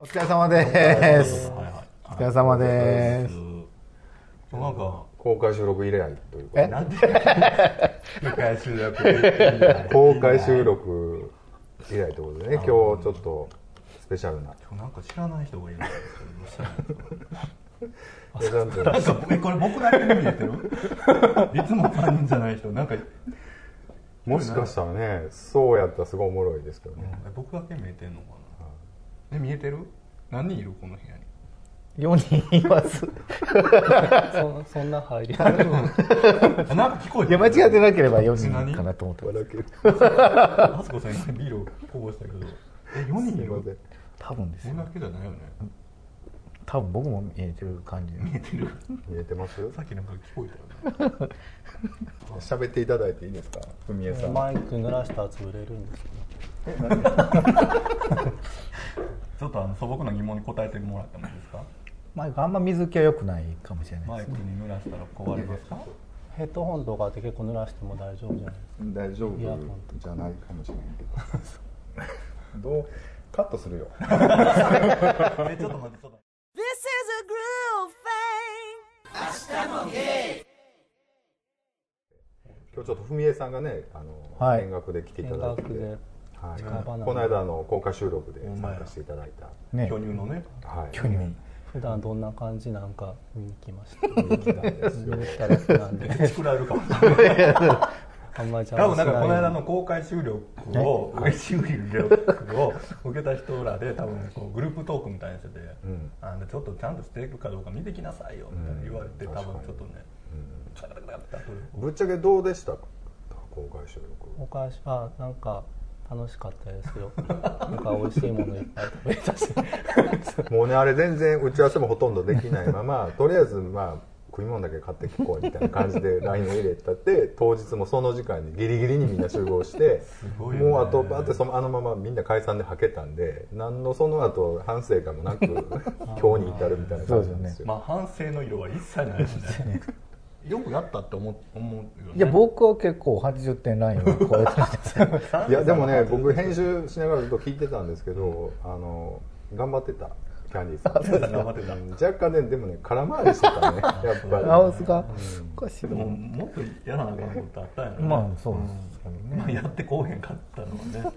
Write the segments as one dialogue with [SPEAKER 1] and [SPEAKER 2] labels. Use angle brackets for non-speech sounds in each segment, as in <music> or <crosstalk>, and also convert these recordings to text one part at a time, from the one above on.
[SPEAKER 1] お疲れ様です。
[SPEAKER 2] はいはい
[SPEAKER 1] お疲れ様です。
[SPEAKER 2] なんか、
[SPEAKER 3] 公開収録入れないということ
[SPEAKER 1] え
[SPEAKER 3] で
[SPEAKER 2] なんで、世界収録なん
[SPEAKER 3] 公開収録以来ということでね、今日ちょっとスペシャルな。
[SPEAKER 2] か知らない人がいるんですけど、どうしたらいいんですか
[SPEAKER 3] でなんと
[SPEAKER 2] なんか、えこれ僕だけに見えてるいつも3人じゃない人、なんか、
[SPEAKER 3] もしかしたらね、そうやったらすごいおもろいですけど
[SPEAKER 2] うん
[SPEAKER 3] ね。
[SPEAKER 2] え僕だけ見えてんのかな。え、見えてる何人いるこの部屋に。
[SPEAKER 1] 4人います。
[SPEAKER 4] そそんな入りある
[SPEAKER 2] あなんか聞こえ
[SPEAKER 1] い
[SPEAKER 2] て
[SPEAKER 1] や、間違ってなければ4
[SPEAKER 2] 何
[SPEAKER 1] 人かなと思ってます。
[SPEAKER 3] 笑ける。
[SPEAKER 2] あすこさん、今ビールをこぼしたけど、え、4人
[SPEAKER 3] す
[SPEAKER 2] い
[SPEAKER 3] いません
[SPEAKER 2] る。
[SPEAKER 1] 多分です
[SPEAKER 2] 僕だ
[SPEAKER 1] よ。
[SPEAKER 2] けじゃないよね。
[SPEAKER 1] 多分僕も見えてる感じ。
[SPEAKER 2] 見えてる。
[SPEAKER 3] 見えてます
[SPEAKER 2] さっきなんか聞こえたよね。
[SPEAKER 3] 喋っていただいていいですか文江さん。
[SPEAKER 4] <laughs> マイク濡らしたら潰れるんですけ
[SPEAKER 2] ちょっとあの素朴な疑問に答えてもらってもいいですか
[SPEAKER 1] マイクあんま水気は良くないかもしれない
[SPEAKER 2] マ
[SPEAKER 1] で
[SPEAKER 2] イ
[SPEAKER 1] す
[SPEAKER 2] ク。に濡らしたら壊れますか
[SPEAKER 4] どヘッドホンとかって結構濡らしても大丈夫じゃないです
[SPEAKER 3] 大丈夫
[SPEAKER 4] イヤホン
[SPEAKER 3] じゃないかもしれないけど。どうカットするよ。
[SPEAKER 2] えちょっと待ってちょっと
[SPEAKER 5] This is a groove thing.
[SPEAKER 3] 今日ちょっと文江さんがね、あの、
[SPEAKER 1] はい
[SPEAKER 3] 見学で来てい
[SPEAKER 4] か
[SPEAKER 3] た
[SPEAKER 4] 見
[SPEAKER 3] だいて
[SPEAKER 4] 学
[SPEAKER 3] て
[SPEAKER 4] で。
[SPEAKER 3] はい
[SPEAKER 4] 近場なの
[SPEAKER 3] この間あの公開収録で参加していただい
[SPEAKER 1] ね
[SPEAKER 2] 巨。乳のね
[SPEAKER 3] た。はい。
[SPEAKER 1] 巨乳。
[SPEAKER 4] 普段どんな感じなんか見に来ました
[SPEAKER 3] 見に来たんですよ
[SPEAKER 4] 見に来たら普段で
[SPEAKER 2] 作られるかもしれない
[SPEAKER 4] あんまり邪
[SPEAKER 2] <laughs> 多
[SPEAKER 4] 魔
[SPEAKER 2] 分
[SPEAKER 4] し
[SPEAKER 2] なんかこの
[SPEAKER 4] な
[SPEAKER 2] 間
[SPEAKER 4] い
[SPEAKER 2] の公開収録を公開収録を受けた人らで多分こうグループトークみたいなやつで、
[SPEAKER 3] ん
[SPEAKER 2] あのちょっとちゃんとしていくかどうか見てきなさいよみたいな言われて、
[SPEAKER 3] うん
[SPEAKER 2] 多分
[SPEAKER 3] 確
[SPEAKER 2] ち
[SPEAKER 3] か
[SPEAKER 2] ょっ
[SPEAKER 3] に
[SPEAKER 2] とねカタカタカタって後で
[SPEAKER 3] ぶっちゃけどうでした公開収録
[SPEAKER 4] お菓子はなんか楽しかったですよなんか美味しいものいっぱい食べたし
[SPEAKER 3] もうねあれ全然打ち合わせもほとんどできないまま <laughs> とりあえずまあ食い物だけ買ってきこうみたいな感じで <laughs> LINE を入れたって当日もその時間にギリギリにみんな集合して
[SPEAKER 2] ごいよね
[SPEAKER 3] もうあとバーってそのあのままみんな解散ではけたんで何のその後反省会も <laughs> なく今日に至るみたいな感じなんですよ
[SPEAKER 2] まあ反省の色は一切ないですね <laughs> よくやったって思う思うよ、ね、
[SPEAKER 1] いや、僕は結構80点ラインを超えてるん <laughs> ですよ。
[SPEAKER 3] いやでもね僕編集しながらずっと聞いてたんですけど、あの頑張ってたキャンディーさん
[SPEAKER 2] 頑張ってた
[SPEAKER 3] うん若干ねでもね空回りしてたねやっぱり
[SPEAKER 1] 直すかおかしい
[SPEAKER 2] でも
[SPEAKER 1] な。
[SPEAKER 2] もっと嫌なことってあったんやろね
[SPEAKER 1] まあ、そうですけど
[SPEAKER 2] まあ
[SPEAKER 1] ね。
[SPEAKER 2] やってこうへんかったの <laughs> はね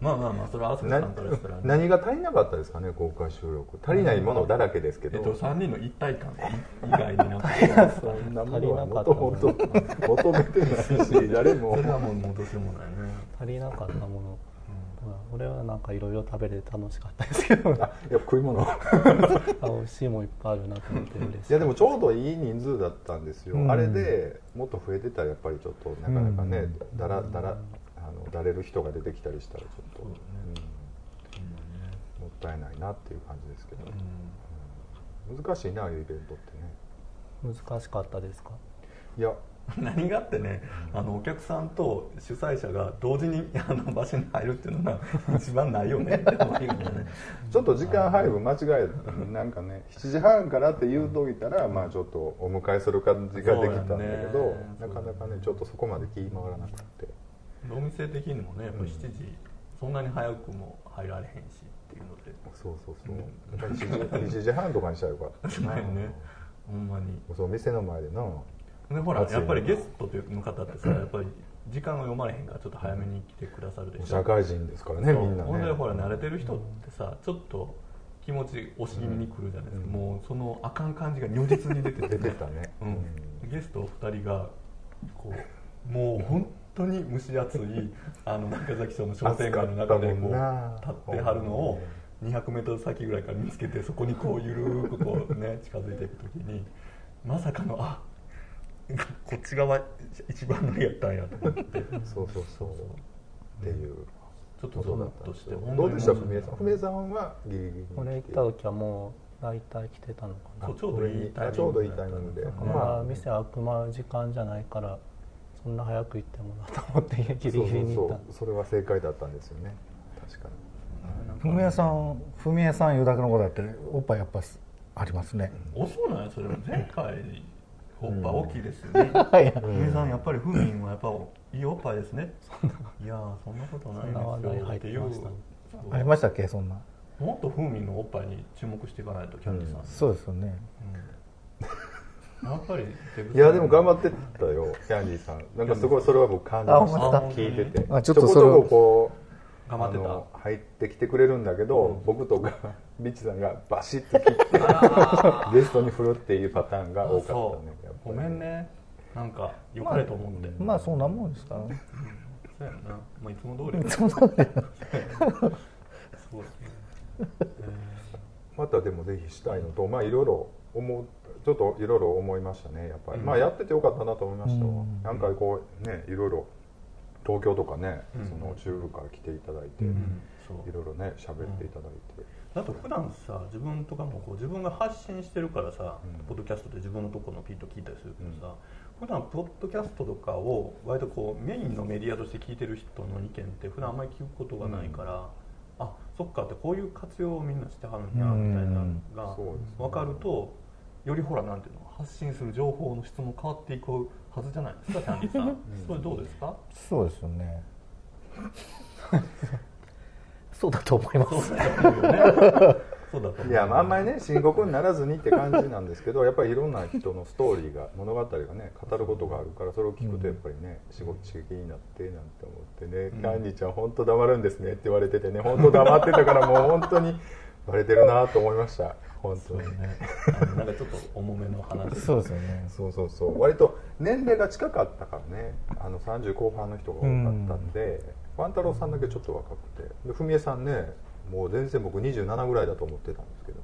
[SPEAKER 2] まあまあまあそれは麻生さ
[SPEAKER 3] なん
[SPEAKER 2] からしたらね
[SPEAKER 3] 何が足りなかったですかね公開収録足りないものだらけですけ
[SPEAKER 2] え
[SPEAKER 3] ど、
[SPEAKER 2] っと、3人の一体感以外になんか
[SPEAKER 3] そんなもの
[SPEAKER 4] 足り
[SPEAKER 3] は
[SPEAKER 4] なか
[SPEAKER 3] も
[SPEAKER 4] った
[SPEAKER 3] と
[SPEAKER 4] も
[SPEAKER 3] も
[SPEAKER 4] の
[SPEAKER 3] と
[SPEAKER 2] <laughs>
[SPEAKER 3] 求めてないし誰
[SPEAKER 2] そ
[SPEAKER 3] も
[SPEAKER 2] れはもうどうしようもないね
[SPEAKER 4] 足りなかったもの、うん、俺はなんかいろいろ食べれて楽しかったですけど
[SPEAKER 3] あいや食い物
[SPEAKER 4] あ美味しいもんいっぱいあるなと思って嬉しい
[SPEAKER 3] いやでもちょうどいい人数だったんですよ、
[SPEAKER 1] うん
[SPEAKER 3] あれでもっと増えてたらやっぱりちょっとなかなかね、だらだらあのだれる人が出てきたりしたらちょっと、
[SPEAKER 2] そうだね
[SPEAKER 3] うんもったいないなっていう感じですけど、難しいなああいうイベントってね
[SPEAKER 4] 難しかったですか
[SPEAKER 3] いや
[SPEAKER 2] 何があってねあのお客さんと主催者が同時に <laughs> あの場所に入るっていうのが一番ない
[SPEAKER 3] <laughs>
[SPEAKER 2] よねって思うよね
[SPEAKER 3] ちょっと時間配分間違えなん
[SPEAKER 2] <laughs>
[SPEAKER 3] かね7時半からって言うといたら、まあちょっとお迎えする感じができたんだけ
[SPEAKER 2] そう
[SPEAKER 3] ど、
[SPEAKER 2] やね
[SPEAKER 3] なかなかねちょっとそこまで気回らなくて
[SPEAKER 2] お店的にもねやっぱ7時、そんなに早くも入られへんしっていうので
[SPEAKER 3] そうそうそうやっぱり 7, 時7時
[SPEAKER 2] <laughs>
[SPEAKER 3] 半とかにしたらよかった
[SPEAKER 2] そうだよねほんまに
[SPEAKER 3] そうお店の前でな
[SPEAKER 2] でほら
[SPEAKER 3] 暑いな
[SPEAKER 2] やっぱりゲストの方ってさやっぱり時間が読まれへんからちょっと早めに来てくださるでしょ
[SPEAKER 3] 社会人ですからねみんな
[SPEAKER 2] ほんで
[SPEAKER 3] ね
[SPEAKER 2] ほら慣れてる人ってさちょっと気持ち押し気味に来るじゃないですか、もうそのあかん感じが如実に出
[SPEAKER 3] <laughs>
[SPEAKER 2] てて
[SPEAKER 3] 出てたね
[SPEAKER 2] うんゲストお二人がこうもう本当に蒸し
[SPEAKER 3] <laughs>
[SPEAKER 2] 暑いあの中崎町の商店街の中でこう
[SPEAKER 3] 暑かったもんな
[SPEAKER 2] 立ってはるのを200メートル先ぐらいから見つけてそこにこうゆるーくこうね近づいていく時にまさかのあこっち側一番乗りやったんやと思って
[SPEAKER 3] そうそうそうっていう
[SPEAKER 2] ちょっと
[SPEAKER 3] こと
[SPEAKER 2] ゾ
[SPEAKER 3] だ
[SPEAKER 2] ッ
[SPEAKER 3] ったん
[SPEAKER 2] と
[SPEAKER 3] で
[SPEAKER 2] し
[SPEAKER 3] す
[SPEAKER 2] て
[SPEAKER 3] よ
[SPEAKER 2] ほん
[SPEAKER 3] ど
[SPEAKER 2] ま
[SPEAKER 3] う
[SPEAKER 2] に
[SPEAKER 3] でした文江さん文江さんはギリギリに来て
[SPEAKER 4] 俺行った時はもう大体来てたのかな
[SPEAKER 2] そうちょうどいいタイミング
[SPEAKER 3] あちょうどいいタイミングで
[SPEAKER 4] まだ店開くまう時間じゃないからそんな早く行ってもなと思ってギリギリに行
[SPEAKER 3] そう
[SPEAKER 4] った
[SPEAKER 3] そうそうそれは正解だったんですよね確かに
[SPEAKER 1] ふみやさん、ふみやさん言うだけのことだって、おっぱいやっぱありますね。
[SPEAKER 2] おそうなんやそれも前回おっぱい大きいですよね
[SPEAKER 1] はい <laughs> や。
[SPEAKER 2] 梅、さんやっぱりふみんはやっぱいいおっぱいですねいやーそんなことないですよっていう
[SPEAKER 4] そんな話題入ってましたね
[SPEAKER 2] そう
[SPEAKER 1] ありましたっけそんな。
[SPEAKER 2] もっと風味のおっぱいに注目していかないとキャンディさん、
[SPEAKER 1] そうですよね
[SPEAKER 2] やっぱりデブさん
[SPEAKER 3] いやでも頑張ってたよキャンディーさんなんかすごいそれは僕感じ
[SPEAKER 1] あ
[SPEAKER 3] ま
[SPEAKER 1] ほん
[SPEAKER 3] した
[SPEAKER 1] まですか
[SPEAKER 3] 聞いてて
[SPEAKER 1] あちょっとそれ
[SPEAKER 3] ち
[SPEAKER 1] は
[SPEAKER 3] ょこちょここう
[SPEAKER 2] 頑張ってた
[SPEAKER 3] あの入ってきてくれるんだけど、僕とかビッチさんがバシッと切ってゲストに振るっていうパターンが多かったねやっぱ
[SPEAKER 2] ご
[SPEAKER 3] り
[SPEAKER 2] めんねなんかよかれと思って、
[SPEAKER 1] まあそんなもんですからね
[SPEAKER 2] そうやな、まあ、いつも通り
[SPEAKER 1] そん
[SPEAKER 2] <laughs>
[SPEAKER 1] なもんで
[SPEAKER 2] そう
[SPEAKER 3] <laughs>
[SPEAKER 2] ですね
[SPEAKER 3] またでもぜひしたいのとまあいろいろ思うちょっといろいろ思いましたねやっぱり、
[SPEAKER 2] うん
[SPEAKER 3] まあやっててよかったなと思いましたわ、
[SPEAKER 1] うん
[SPEAKER 3] なんかこうねいろいろ東京とかね、
[SPEAKER 2] うん
[SPEAKER 3] その中部から来ていただいて、
[SPEAKER 2] うんそう
[SPEAKER 3] いろいろね喋っていただいて、
[SPEAKER 2] だと普段さ自分とかもこう自分が発信してるからさ、
[SPEAKER 3] うん
[SPEAKER 2] ポッドキャストで自分のところのピート聞いたりするけどさ、普段ポッドキャストとかを割とこうメインのメディアとして聞いてる人の意見って普段あんまり聞くことがないから、あそっかってこういう活用をみんなしてはるんやみたいなのが
[SPEAKER 3] うんそうですね
[SPEAKER 2] 分かるとよりほらなんていうの発信する情報の質も変わっていくはずじゃない
[SPEAKER 3] <laughs>
[SPEAKER 2] ですかキャンディーさん、それどうですか
[SPEAKER 1] そうですよねそうだと思いま
[SPEAKER 2] そう
[SPEAKER 1] す
[SPEAKER 2] だと思うよね <laughs> そうだと思う
[SPEAKER 3] いやまああんまりね深刻にならずにって感じなんですけどやっぱりいろんな人のストーリーが物語がね語ることがあるからそれを聞くとやっぱりね仕事刺激になってなんて思ってね「キャンディちゃん本当黙るんですね」って言われててね本当黙ってたからもう本当にバレてるなと思いました本当
[SPEAKER 2] そう
[SPEAKER 3] に
[SPEAKER 2] ねあのなんかちょっと重めの話
[SPEAKER 1] そうですよね
[SPEAKER 3] そうそうそう割と年齢が近かったからねあの30後半の人が多かったんでファン太郎さんだけちょっと若くてで文江さんねもう全然僕27ぐらいだと思ってたんですけど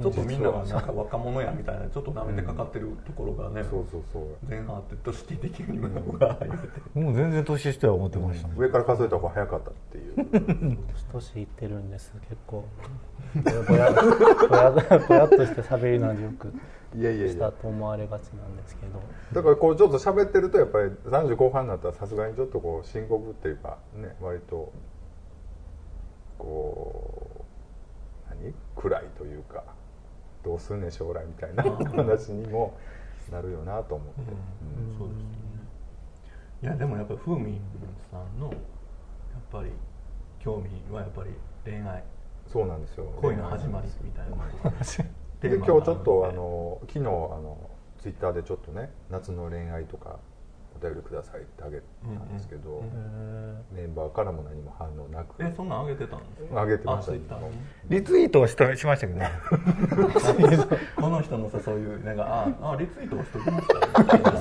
[SPEAKER 2] ちょっとみんながなんか若者やみたいなちょっとなめてかかってるところがね、
[SPEAKER 3] そうそうそう
[SPEAKER 2] 前半あってとして的にもうわー言うて
[SPEAKER 1] もう全然年下は思ってましたね、
[SPEAKER 3] 上から数えた方が早かったっていう
[SPEAKER 2] <laughs>
[SPEAKER 4] 年いってるんです結構ぼやぼやぼやっとして喋りなんでよく
[SPEAKER 3] いやいや
[SPEAKER 4] し
[SPEAKER 3] いや
[SPEAKER 4] たと思われがちなんですけど
[SPEAKER 3] だからこうちょっと喋ってるとやっぱり30後半になったらさすがにちょっとこう深刻っていうかね割とこう何暗いというかどうすんねん将来みたいな話にもなるよなと思って、
[SPEAKER 2] そうですよねいやでもやっぱり風味さんのやっぱり興味はやっぱり恋愛
[SPEAKER 3] そうなんですよ
[SPEAKER 2] 恋の始まりみたいな
[SPEAKER 3] で
[SPEAKER 2] テ
[SPEAKER 3] 今
[SPEAKER 2] ー
[SPEAKER 3] 日
[SPEAKER 2] マ
[SPEAKER 3] ち
[SPEAKER 2] が
[SPEAKER 3] ょ
[SPEAKER 2] る
[SPEAKER 3] っ
[SPEAKER 2] んで
[SPEAKER 3] とあの昨日あのツイッターでちょっとね夏の恋愛とかお便りくださいってあげたんですけど、
[SPEAKER 2] うんうん
[SPEAKER 3] メンバーからも何も反応なく
[SPEAKER 2] えそんなんあげてたんですか
[SPEAKER 3] あげてました
[SPEAKER 2] あ Twitter に
[SPEAKER 1] <laughs> リツイートをしたしま <laughs> したけどね
[SPEAKER 2] この人のさそういうなんかああリツイートをしときましたみたいな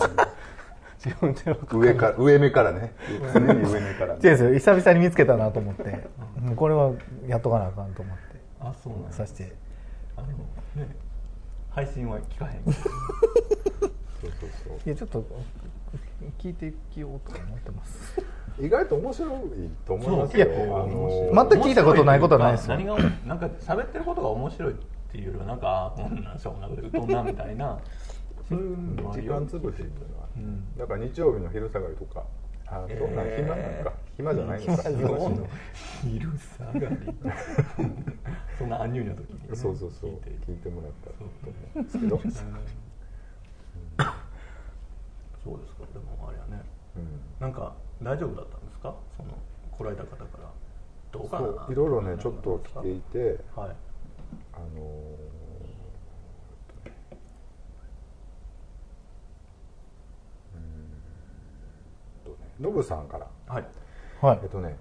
[SPEAKER 4] 自分では
[SPEAKER 3] 上から上目からね常に上目から、
[SPEAKER 1] 違うんですよ久々に見つけたなと思ってうんこれはやっとかなあかんと思って
[SPEAKER 2] あそうなんです
[SPEAKER 1] さして
[SPEAKER 2] あのね配信は聞かへんけど
[SPEAKER 3] そうそうそう
[SPEAKER 1] いやちょっと聞いていきようと思ってます
[SPEAKER 3] 意外と面白いと思います
[SPEAKER 1] いや
[SPEAKER 3] よあの
[SPEAKER 1] ま全く聞いたことないことはないですよ
[SPEAKER 2] 何がなんか喋ってることが面白いっていうよりはなんかあこんなんしょうもなくてうとんなみたいなそういうのもあ
[SPEAKER 3] 時
[SPEAKER 2] るよ
[SPEAKER 3] 間潰しっていうのは、
[SPEAKER 2] うん
[SPEAKER 3] だから日曜日の昼下がりとかあそんなん暇なんか、暇じゃないのか
[SPEAKER 2] 昼
[SPEAKER 3] 忙しいの
[SPEAKER 2] 下がり <laughs> そんなアンニュイな時にね、
[SPEAKER 3] そうそうそう
[SPEAKER 2] 聞いて
[SPEAKER 3] 聞いてもらったらと思うんですけど、
[SPEAKER 2] そうですかでもあれやね
[SPEAKER 3] うん
[SPEAKER 2] なんか大丈夫だったんですかその来られた方からどうか
[SPEAKER 3] そ
[SPEAKER 2] な
[SPEAKER 3] ういろいろねちょっと来ていて
[SPEAKER 2] はい
[SPEAKER 3] あのーうーんとねノブさんから
[SPEAKER 2] はい
[SPEAKER 1] はい
[SPEAKER 3] えっとね、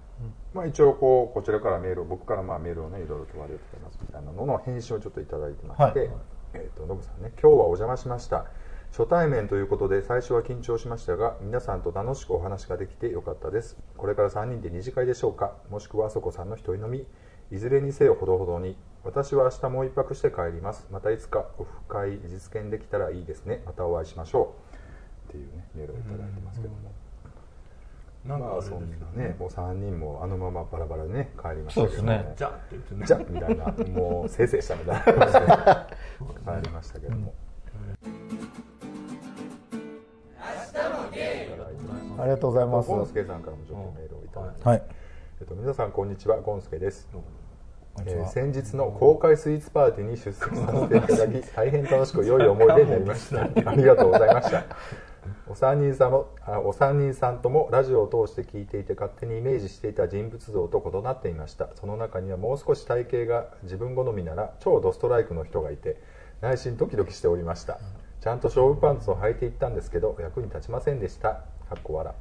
[SPEAKER 3] まあ一応こうこちらからメールを僕からまあメールをねいろいろ問われてますみたいなのの返信をちょっといただいてまして、
[SPEAKER 1] はい
[SPEAKER 3] えっとノブさんね今日はお邪魔しました初対面ということで最初は緊張しましたが皆さんと楽しくお話ができてよかったですこれから3人で二次会でしょうかもしくはあそこさんの一人飲みいずれにせよほどほどに私は明日もう一泊して帰りますまたいつかオフ会実現できたらいいですねまたお会いしましょうっていうねメールをいただいてますけども、
[SPEAKER 2] なんか
[SPEAKER 3] ま
[SPEAKER 2] あれ
[SPEAKER 3] あ
[SPEAKER 2] です
[SPEAKER 3] そ
[SPEAKER 2] よ
[SPEAKER 3] ん
[SPEAKER 2] ね
[SPEAKER 3] なねもう3人もあのままバラバラでね帰りまし
[SPEAKER 1] そう
[SPEAKER 3] たけども
[SPEAKER 1] ですね
[SPEAKER 2] じゃあって言ってね
[SPEAKER 3] じゃみたいなもうせいせいしたみたいな話で帰りましたけども
[SPEAKER 1] ありがとうございます
[SPEAKER 3] ゴンスケさんからもちょっとメールをいただいて、
[SPEAKER 1] はい
[SPEAKER 3] えっと、皆さんこんにちはゴンスケです
[SPEAKER 1] こんにち
[SPEAKER 3] えー
[SPEAKER 1] は
[SPEAKER 3] 先日の公開スイーツパーティーに出
[SPEAKER 1] <laughs>
[SPEAKER 3] 席させていただき大変楽しく良い思い出になりましたありがとうございましたおお三人さんもあお三人さんともラジオを通して聞いていて勝手にイメージしていた人物像と異なっていましたその中にはもう少し体型が自分好みなら超ドストライクの人がいて内心ドキドキしておりましたちゃんと勝負パンツを履いていったんですけど役に立ちませんでしたかっこ笑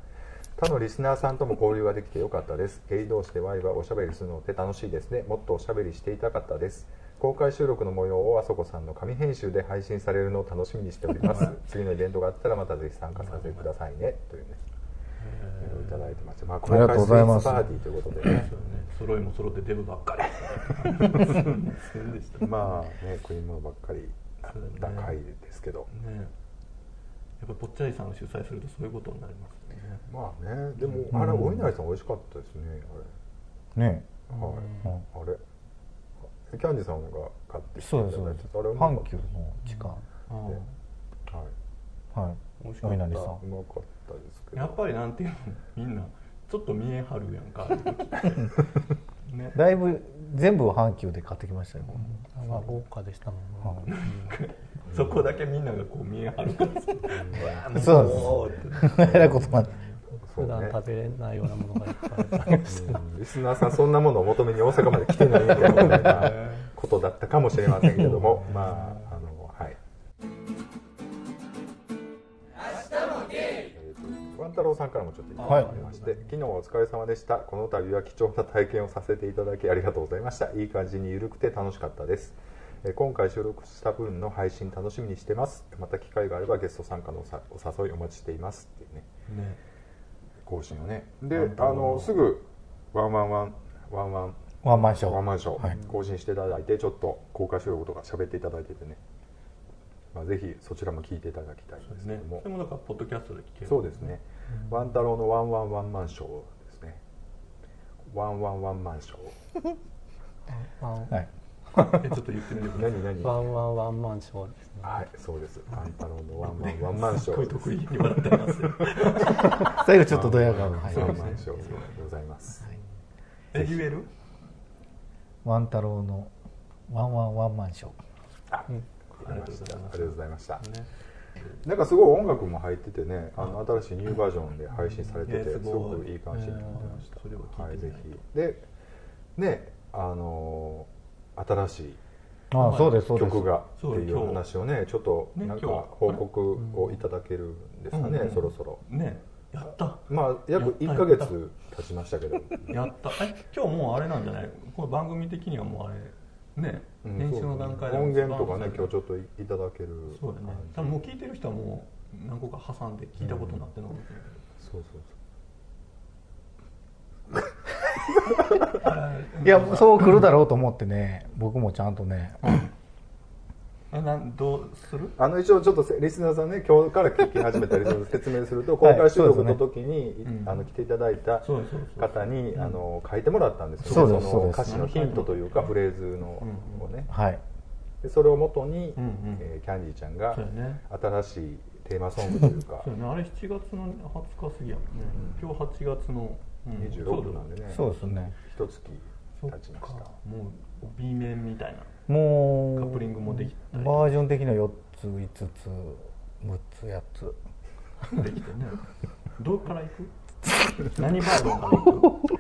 [SPEAKER 3] 他のリスナーさんとも交流ができてよかったですゲイ同士でワイワイおしゃべりするのって楽しいですねもっとおしゃべりしていたかったです公開収録の模様をあそこさんの紙編集で配信されるのを楽しみにしております次のイベントがあったらまたぜひ参加させてくださいねというねメールをいただいてます、まあ、
[SPEAKER 1] ありがとうございます
[SPEAKER 3] 公開スイーツパーティーということでね
[SPEAKER 2] そうね揃いも揃ってデブばっかり <laughs> すいませんでしたね
[SPEAKER 3] まあね食い物ばっかりな高いですけど、
[SPEAKER 2] やっぱぽっちゃりさんが主催するとそういうことになりますね
[SPEAKER 3] まあねでもあれお稲荷さん美味しかったですね
[SPEAKER 1] ね
[SPEAKER 3] あれはい、あれキャンディさんが買ってきてい
[SPEAKER 1] そうです
[SPEAKER 3] た
[SPEAKER 1] そう
[SPEAKER 3] だい
[SPEAKER 1] で
[SPEAKER 3] て
[SPEAKER 1] す
[SPEAKER 3] あれうまか
[SPEAKER 1] 阪
[SPEAKER 3] った
[SPEAKER 1] 急の時間
[SPEAKER 2] ああ
[SPEAKER 3] はい
[SPEAKER 1] はい
[SPEAKER 2] 美味しかっ
[SPEAKER 1] お
[SPEAKER 2] た
[SPEAKER 1] 稲荷さ
[SPEAKER 3] うんまかったですけど
[SPEAKER 2] やっぱりなんていうのみんなちょっと見えはるやんかああいう時ね
[SPEAKER 1] だいぶ全部阪急で買ってきましたよ、
[SPEAKER 4] まあ豪華でしたもんね、
[SPEAKER 1] はい
[SPEAKER 2] そこだけみんながこう見えはるからさうわー
[SPEAKER 1] そう
[SPEAKER 2] もうって
[SPEAKER 1] <laughs> えらいことになって
[SPEAKER 3] そう
[SPEAKER 4] 普
[SPEAKER 3] ね
[SPEAKER 4] 段食べれないようなものがいっぱいありました
[SPEAKER 3] うん <laughs> リスナーさんそんなものを求めに大阪まで来てないみたいなことだったかもしれませんけれど <laughs> もまああのはいえーとワン太郎さんからもちょっといただいておりまして、昨日はお疲れ様でしたこの度は貴重な体験をさせていただきありがとうございましたいい感じに緩くて楽しかったですえー今回収録した分の配信楽しみにしてますまた機会があればゲスト参加のおさお誘いお待ちしていますっていうね
[SPEAKER 2] ね
[SPEAKER 3] 更新をねであのすぐワンワンワンワンワン
[SPEAKER 1] ワンマンショー
[SPEAKER 3] ワンマンショ
[SPEAKER 1] はい
[SPEAKER 3] ー更新していただいてちょっと公開収録とか喋っていただいててね、まあ、ぜひそちらも聞いていただきたいんですけ
[SPEAKER 2] ね
[SPEAKER 3] ども
[SPEAKER 2] でもなんかポッドキャストで聞ける
[SPEAKER 3] そうですねワン太郎のワンワンワンマンショーですねワンワンワンマンショー
[SPEAKER 4] ワン
[SPEAKER 1] はい
[SPEAKER 2] えちょっと言ってみてください
[SPEAKER 3] 何何
[SPEAKER 4] ワンワンワンマンショーですね
[SPEAKER 3] はいそうですワン太郎のワンワンワンマンシ
[SPEAKER 2] す
[SPEAKER 3] ョ
[SPEAKER 2] ごい
[SPEAKER 3] ー
[SPEAKER 2] 得意に笑って
[SPEAKER 3] <laughs>
[SPEAKER 2] ますよ
[SPEAKER 1] 最後ちょっとドヤ顔が
[SPEAKER 3] ワ
[SPEAKER 1] 入
[SPEAKER 3] ン
[SPEAKER 1] り
[SPEAKER 3] ワ
[SPEAKER 1] ま
[SPEAKER 3] ン
[SPEAKER 1] した
[SPEAKER 3] ワン
[SPEAKER 1] ね
[SPEAKER 3] ショーでございます
[SPEAKER 2] え言える
[SPEAKER 1] ワン太郎のワンワンワンマンショー
[SPEAKER 3] あ
[SPEAKER 2] ありがとうござい
[SPEAKER 3] あり
[SPEAKER 2] ま
[SPEAKER 3] が
[SPEAKER 2] す
[SPEAKER 3] とうございました
[SPEAKER 2] ね
[SPEAKER 3] なんかすごい音楽も入っててね、あの新しいニューバージョンで配信されてて、
[SPEAKER 2] ね
[SPEAKER 3] す
[SPEAKER 2] すごい
[SPEAKER 3] ごくいい感じになってました。
[SPEAKER 2] それは聞い
[SPEAKER 3] はい、
[SPEAKER 2] てみ
[SPEAKER 3] ぜ
[SPEAKER 2] ないと
[SPEAKER 3] ひ。で、ね、あのー新しい
[SPEAKER 1] ああそうですそうです
[SPEAKER 3] 曲がって
[SPEAKER 2] そう
[SPEAKER 3] いう話をね、ちょっと
[SPEAKER 2] ね
[SPEAKER 3] なんか
[SPEAKER 2] 今日
[SPEAKER 3] 報告をいただけるんですかね、
[SPEAKER 2] うん
[SPEAKER 3] そろそろ。
[SPEAKER 2] ねやった
[SPEAKER 3] まあ約
[SPEAKER 2] や
[SPEAKER 3] 1
[SPEAKER 2] っ
[SPEAKER 3] ヶ
[SPEAKER 2] た
[SPEAKER 3] 月経ちましたけど、
[SPEAKER 2] やったえ今日もうあれなんじゃないこれ番組的にはもうあれね
[SPEAKER 3] うん
[SPEAKER 2] 練習の段階で
[SPEAKER 3] 音源とかね、今日
[SPEAKER 2] 日
[SPEAKER 3] ちょっといただける
[SPEAKER 2] そうだね多分もう聞いてる人はもう何個か挟んで聞いたことになってるのかもしれない
[SPEAKER 3] そうそう
[SPEAKER 1] いやそう来るだろうと思ってね僕もちゃんとね
[SPEAKER 2] えなんどうする
[SPEAKER 3] あの一応ちょっとせリスナーさんね今日から聞き始めたりする説明すると公開収録の時に、
[SPEAKER 2] すねうん
[SPEAKER 3] あの来ていただいた
[SPEAKER 2] そうそうそう
[SPEAKER 3] 方にあの書いてもらったんですよ
[SPEAKER 1] そう
[SPEAKER 3] ね
[SPEAKER 1] です
[SPEAKER 3] の
[SPEAKER 1] そうです
[SPEAKER 3] 歌詞のヒントというかフレーズのをね
[SPEAKER 1] はい
[SPEAKER 3] でそれをもとに、
[SPEAKER 2] うんうん
[SPEAKER 3] えーキャンディーちゃんが
[SPEAKER 2] そうやね
[SPEAKER 3] 新しいテーマソングというか
[SPEAKER 2] そうやねあれ7月の20日過ぎやもんね今日8月のうん
[SPEAKER 3] 26なんでね
[SPEAKER 1] そうですね
[SPEAKER 3] 一月
[SPEAKER 2] そうだ
[SPEAKER 3] 経ちま
[SPEAKER 2] そ
[SPEAKER 3] し
[SPEAKER 2] っか
[SPEAKER 3] た
[SPEAKER 2] もう B 面みたいな
[SPEAKER 1] もう
[SPEAKER 2] カップリングもできたり
[SPEAKER 1] バージョン的には4つ5つ6つ8つ
[SPEAKER 2] できてねどうから行く何バージョンから行く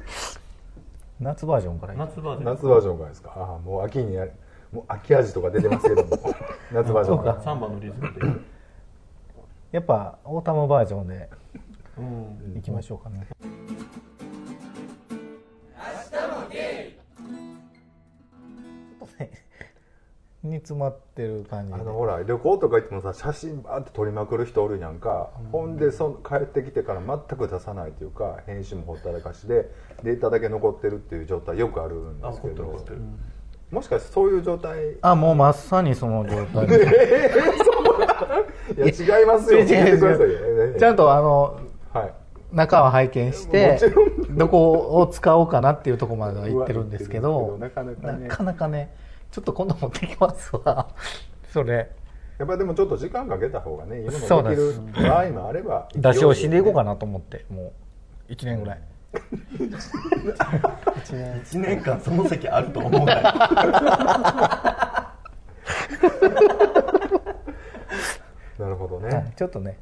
[SPEAKER 1] 夏バージョンからいく
[SPEAKER 2] <laughs> 夏バージョン
[SPEAKER 3] 夏バージョンからですかああもう秋にやるもう秋味とか出てますけども夏バージョンから
[SPEAKER 1] そうか
[SPEAKER 2] 3番のリズムで
[SPEAKER 1] やっぱオータムバージョンで
[SPEAKER 2] うん
[SPEAKER 1] いきましょうかね、ちょっとね煮詰まってる感じ
[SPEAKER 3] あ
[SPEAKER 1] で
[SPEAKER 3] のほら旅行とか行ってもさ写真バーって撮りまくる人おるやんか、ほんでその帰ってきてから全く出さないというか編集もほったらかしでデータだけ残ってるっていう状態よくあるん
[SPEAKER 2] あ
[SPEAKER 3] です
[SPEAKER 2] 怒っ
[SPEAKER 3] け
[SPEAKER 2] てる怒
[SPEAKER 3] ど
[SPEAKER 2] ってる
[SPEAKER 3] もしかしてそういう状態い
[SPEAKER 1] あもうまさにその状態で
[SPEAKER 3] や違いますよ
[SPEAKER 1] 違う違う違う
[SPEAKER 3] 言ってくださいよえ <laughs> えええ
[SPEAKER 1] ちゃんとあの
[SPEAKER 3] はい
[SPEAKER 1] 中は拝見してどこを使おうかなっていうところまでは行ってるんですけど
[SPEAKER 3] うわ行ってるんですけどなかなかね
[SPEAKER 1] なかなかねちょっと今度持ってきますわ <laughs> それ
[SPEAKER 3] やっぱりでもちょっと時間かけた方がね今
[SPEAKER 1] そうな
[SPEAKER 3] ので
[SPEAKER 1] ん
[SPEAKER 3] き
[SPEAKER 1] で
[SPEAKER 3] る
[SPEAKER 1] す
[SPEAKER 3] 場合もあれば
[SPEAKER 1] 出し惜しんでいこうか
[SPEAKER 3] な
[SPEAKER 1] なと思ってもう1年ぐらい
[SPEAKER 2] 1年間その席あると思うなよ
[SPEAKER 3] なるほどね、
[SPEAKER 1] はいちょっとね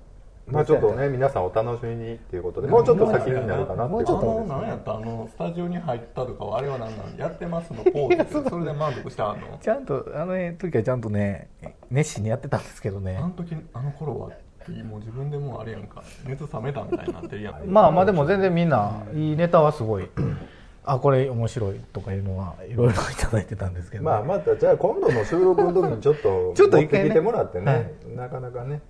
[SPEAKER 3] まあちょっとね皆さんお楽しみにっていうことでもう <laughs> ちょっと先になるかなって
[SPEAKER 1] もうちょっ
[SPEAKER 2] あ
[SPEAKER 1] と
[SPEAKER 2] の何やったあのスタジオに入ったとかはあれは何なんやってますのポーズってそれで満足したあの
[SPEAKER 1] ちゃんとあの時はちゃんとね熱心にやってたんですけどね
[SPEAKER 2] あの時あの頃はってもう自分でもうあれやんか熱冷めたみたいになってるやん
[SPEAKER 1] まあまあでも全然みんないいネタはすごいあこれ面白いとかいうのはいろいろいただいてたんですけど、
[SPEAKER 3] まあまたじゃあ今度の収録の時にちょっと
[SPEAKER 1] <laughs> ちょっと
[SPEAKER 3] 持っ
[SPEAKER 1] 一回ね
[SPEAKER 3] てきてもらってね
[SPEAKER 1] はい
[SPEAKER 3] なかなかね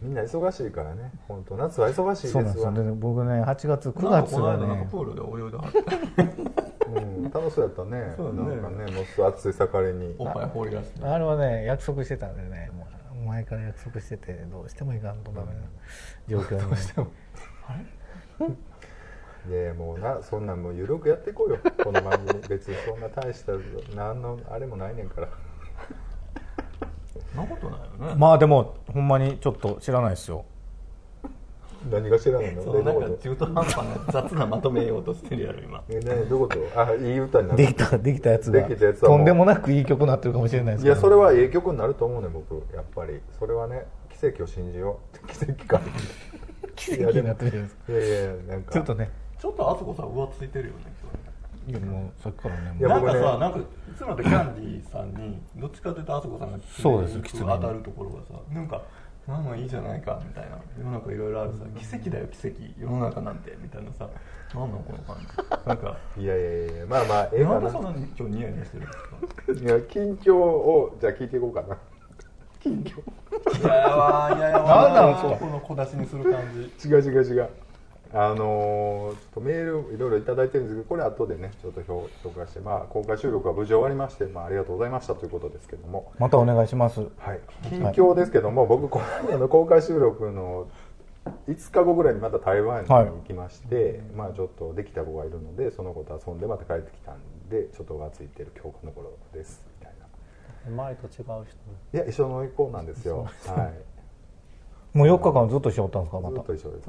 [SPEAKER 3] みんな忙しいからね本当夏は忙しいです
[SPEAKER 1] そう
[SPEAKER 3] わ
[SPEAKER 1] なんですよね僕ね8月9
[SPEAKER 2] なんか
[SPEAKER 1] 月
[SPEAKER 2] この
[SPEAKER 1] は
[SPEAKER 2] 間なんか
[SPEAKER 1] ね
[SPEAKER 2] プールで泳いではった
[SPEAKER 3] うん楽しそうやったね
[SPEAKER 2] そうだね
[SPEAKER 3] なんかねもうす暑い盛りに
[SPEAKER 2] おっぱい放り出して
[SPEAKER 1] あれはね約束してたんでねもう前から約束しててどうしてもいかんとダメな状況に、
[SPEAKER 3] でもうなそんなんもう緩くやっていこうよこの番
[SPEAKER 1] <laughs>
[SPEAKER 3] 組別にそんな大した何のあれもないねんから
[SPEAKER 2] そんなことないよね、
[SPEAKER 1] まあでもほんまにちょっと知らないですよ
[SPEAKER 3] 何が知らないの
[SPEAKER 2] そう
[SPEAKER 3] ど
[SPEAKER 2] な
[SPEAKER 3] うい
[SPEAKER 2] ん
[SPEAKER 3] う
[SPEAKER 2] か
[SPEAKER 3] こと
[SPEAKER 2] 中途半端な雑なまとめようとしてるやろ今
[SPEAKER 3] えねどういうことあいい歌にな
[SPEAKER 1] でき
[SPEAKER 3] る
[SPEAKER 1] <laughs> たできたやつが
[SPEAKER 3] できたやつはも
[SPEAKER 1] と
[SPEAKER 3] うん
[SPEAKER 1] でもなくいい曲になってるかもしれないです
[SPEAKER 3] い
[SPEAKER 1] けど
[SPEAKER 3] やそれはええ曲になると思うねん僕やっぱりそれはね奇跡を信じよう <laughs> 奇跡か
[SPEAKER 1] 奇跡になってるじゃないですか
[SPEAKER 3] いやいやなんか
[SPEAKER 1] ちょっとね
[SPEAKER 2] ちょっとあそこさ浮ついてるよね今日
[SPEAKER 1] い
[SPEAKER 2] ね
[SPEAKER 1] やもうさっきからねもう
[SPEAKER 3] いや
[SPEAKER 2] なん
[SPEAKER 3] 僕
[SPEAKER 2] か
[SPEAKER 3] ね
[SPEAKER 2] さ、なんかいつもだとキャンディーさんにどっちかというとあそこさんが
[SPEAKER 1] そうです
[SPEAKER 2] 狐に当たるところがさなんかまあまあいいじゃないかみたいな世の中いろいろあるさ奇跡だよ奇跡世の中なんてみたいなさなんなんこの感じなんか
[SPEAKER 3] いやいやいやまあまあええ
[SPEAKER 2] な
[SPEAKER 3] か
[SPEAKER 2] んで
[SPEAKER 3] な
[SPEAKER 2] そんなに今日ニヤニヤしてるんです
[SPEAKER 3] いや近況をじゃあ聞いていこうかな近況
[SPEAKER 2] かいやわいや
[SPEAKER 1] わ
[SPEAKER 2] かこの小出しにする感じ
[SPEAKER 3] 違う違う違うあのーちょっとメールいろいろいただいてるんですけどこれ後でねちょっと表紹介して、まあ、公開収録は無事終わりまして、まあ、ありがとうございましたということですけども、
[SPEAKER 1] またお願いします
[SPEAKER 3] はい、近況ですけども、僕この間の公開収録の5日後ぐらいにまた台湾に行きまして、まあ、ちょっとできた子がいるのでその子と遊んでまた帰ってきたんでちょっとがついてる今日この頃ですみたいな
[SPEAKER 4] 前と違う人
[SPEAKER 3] いや一緒の子なんですよはい
[SPEAKER 1] もう4日間ずっとしよったんですかま
[SPEAKER 3] ずったと一緒です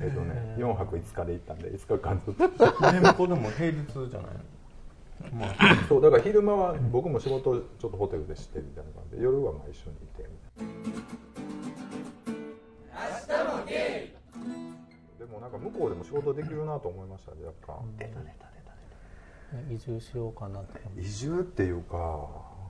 [SPEAKER 3] えっとね4泊5日で行ったんで5日間ずっと <laughs>
[SPEAKER 2] で向こうでも平日じゃないまあ
[SPEAKER 3] そうだから昼間は僕も仕事をちょっとホテルでしてみたいな感じで夜はまあ一緒にいてみたいな明日もゲイでもなんか向こうでも仕事できるなと思いましたね若干
[SPEAKER 4] 移住しようかなって
[SPEAKER 3] 移住っていうか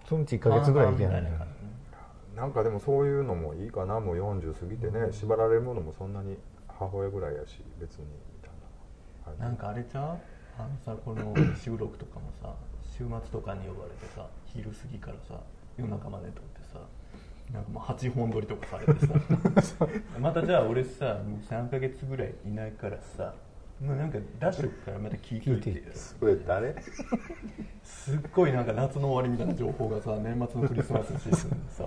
[SPEAKER 1] そのうち1か月ぐらい行け
[SPEAKER 2] み
[SPEAKER 1] な
[SPEAKER 2] た
[SPEAKER 1] い
[SPEAKER 2] いな
[SPEAKER 1] ね
[SPEAKER 2] 感じ
[SPEAKER 3] なんかでもそういうのもいいかなもう40過ぎてね縛られるものもそんなに母親ぐらいやし別にみたいな感じ
[SPEAKER 2] なんかあれちゃうあのさこの収録とかもさ週末とかに呼ばれてさ昼過ぎからさ夜中まで撮ってさなんかもう8本撮りとかされてさ <laughs> またじゃあ俺さもう3ヶ月ぐらいいないからさもうなんかダッシュからまた聞いといてよ
[SPEAKER 3] それ誰
[SPEAKER 2] すっごいなんか夏の終わりみたいな情報がさ年末のクリスマスシーズンでさ